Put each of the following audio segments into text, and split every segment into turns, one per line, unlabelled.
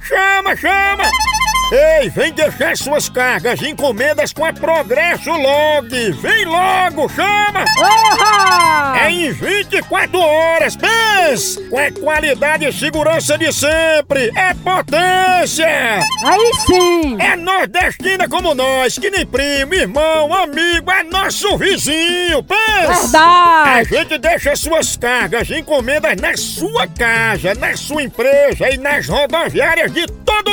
chama, chama! Ei, vem deixar suas cargas e encomendas com a Progresso Log! Vem logo, chama! É em 24 horas, pense! Com a qualidade e segurança de sempre! É potência!
Aí sim!
É nordestina como nós, que nem primo, irmão, amigo, é nosso vizinho, pensa! A
Verdade!
gente deixa suas cargas e encomendas na sua casa, na sua empresa e nas rodoviárias de todo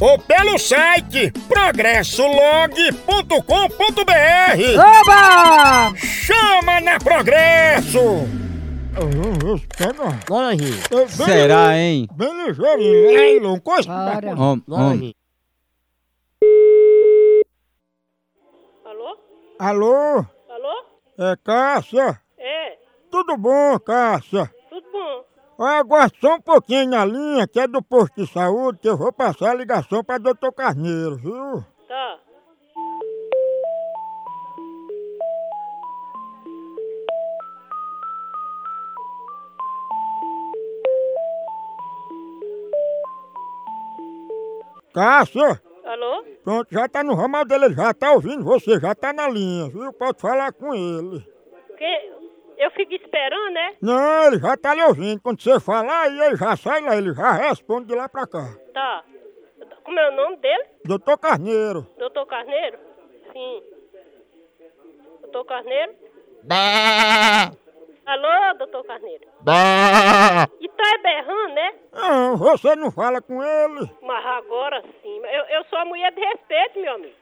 ou pelo site progressolog.com.br.
Oba!
Chama na Progresso!
Bora rir.
Será, hein?
Bem ligeirinho, leilão, coisa.
Bora.
Homem,
Bora
homem.
rir.
Alô?
Alô,
Alô?
é Cássia?
É,
Tudo bom, Cássia?
tudo bom?
Olha, aguarde só um pouquinho na linha, que é do posto de saúde, que eu vou passar a ligação para doutor Carneiro, viu?
Tá.
Cássio,
Alô?
pronto, já tá no ramal dele, ele já tá ouvindo você, já tá na linha, viu? Pode falar com ele.
Que eu fico esperando, né?
Não, ele já tá lhe ouvindo, quando você falar, aí ele já sai lá, ele já responde de lá pra cá.
Tá. Como é o nome dele?
Doutor Carneiro,
Doutor Carneiro? Sim. Doutor Carneiro? Alô, doutor Carneiro? E tá é berrando, né?
não, você não fala com ele.
Mas agora sim. Eu, eu sou a mulher de respeito, meu amigo.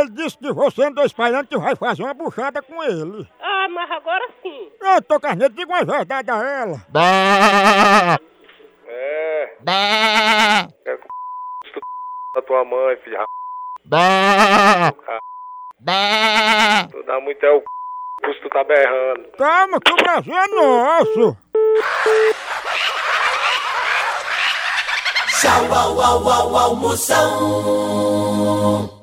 Ele disse que você é andou espalhando que vai fazer uma buchada com ele.
Ah, mas agora sim.
Ô, Doutor Carneiro, diga uma verdade a ela.
É. É com tu da tua mãe, filha. Tu dá muito é o c... por isso tu tá berrando.
Calma, que o Brasil é nosso!
Tchau, au, au, au, almoção.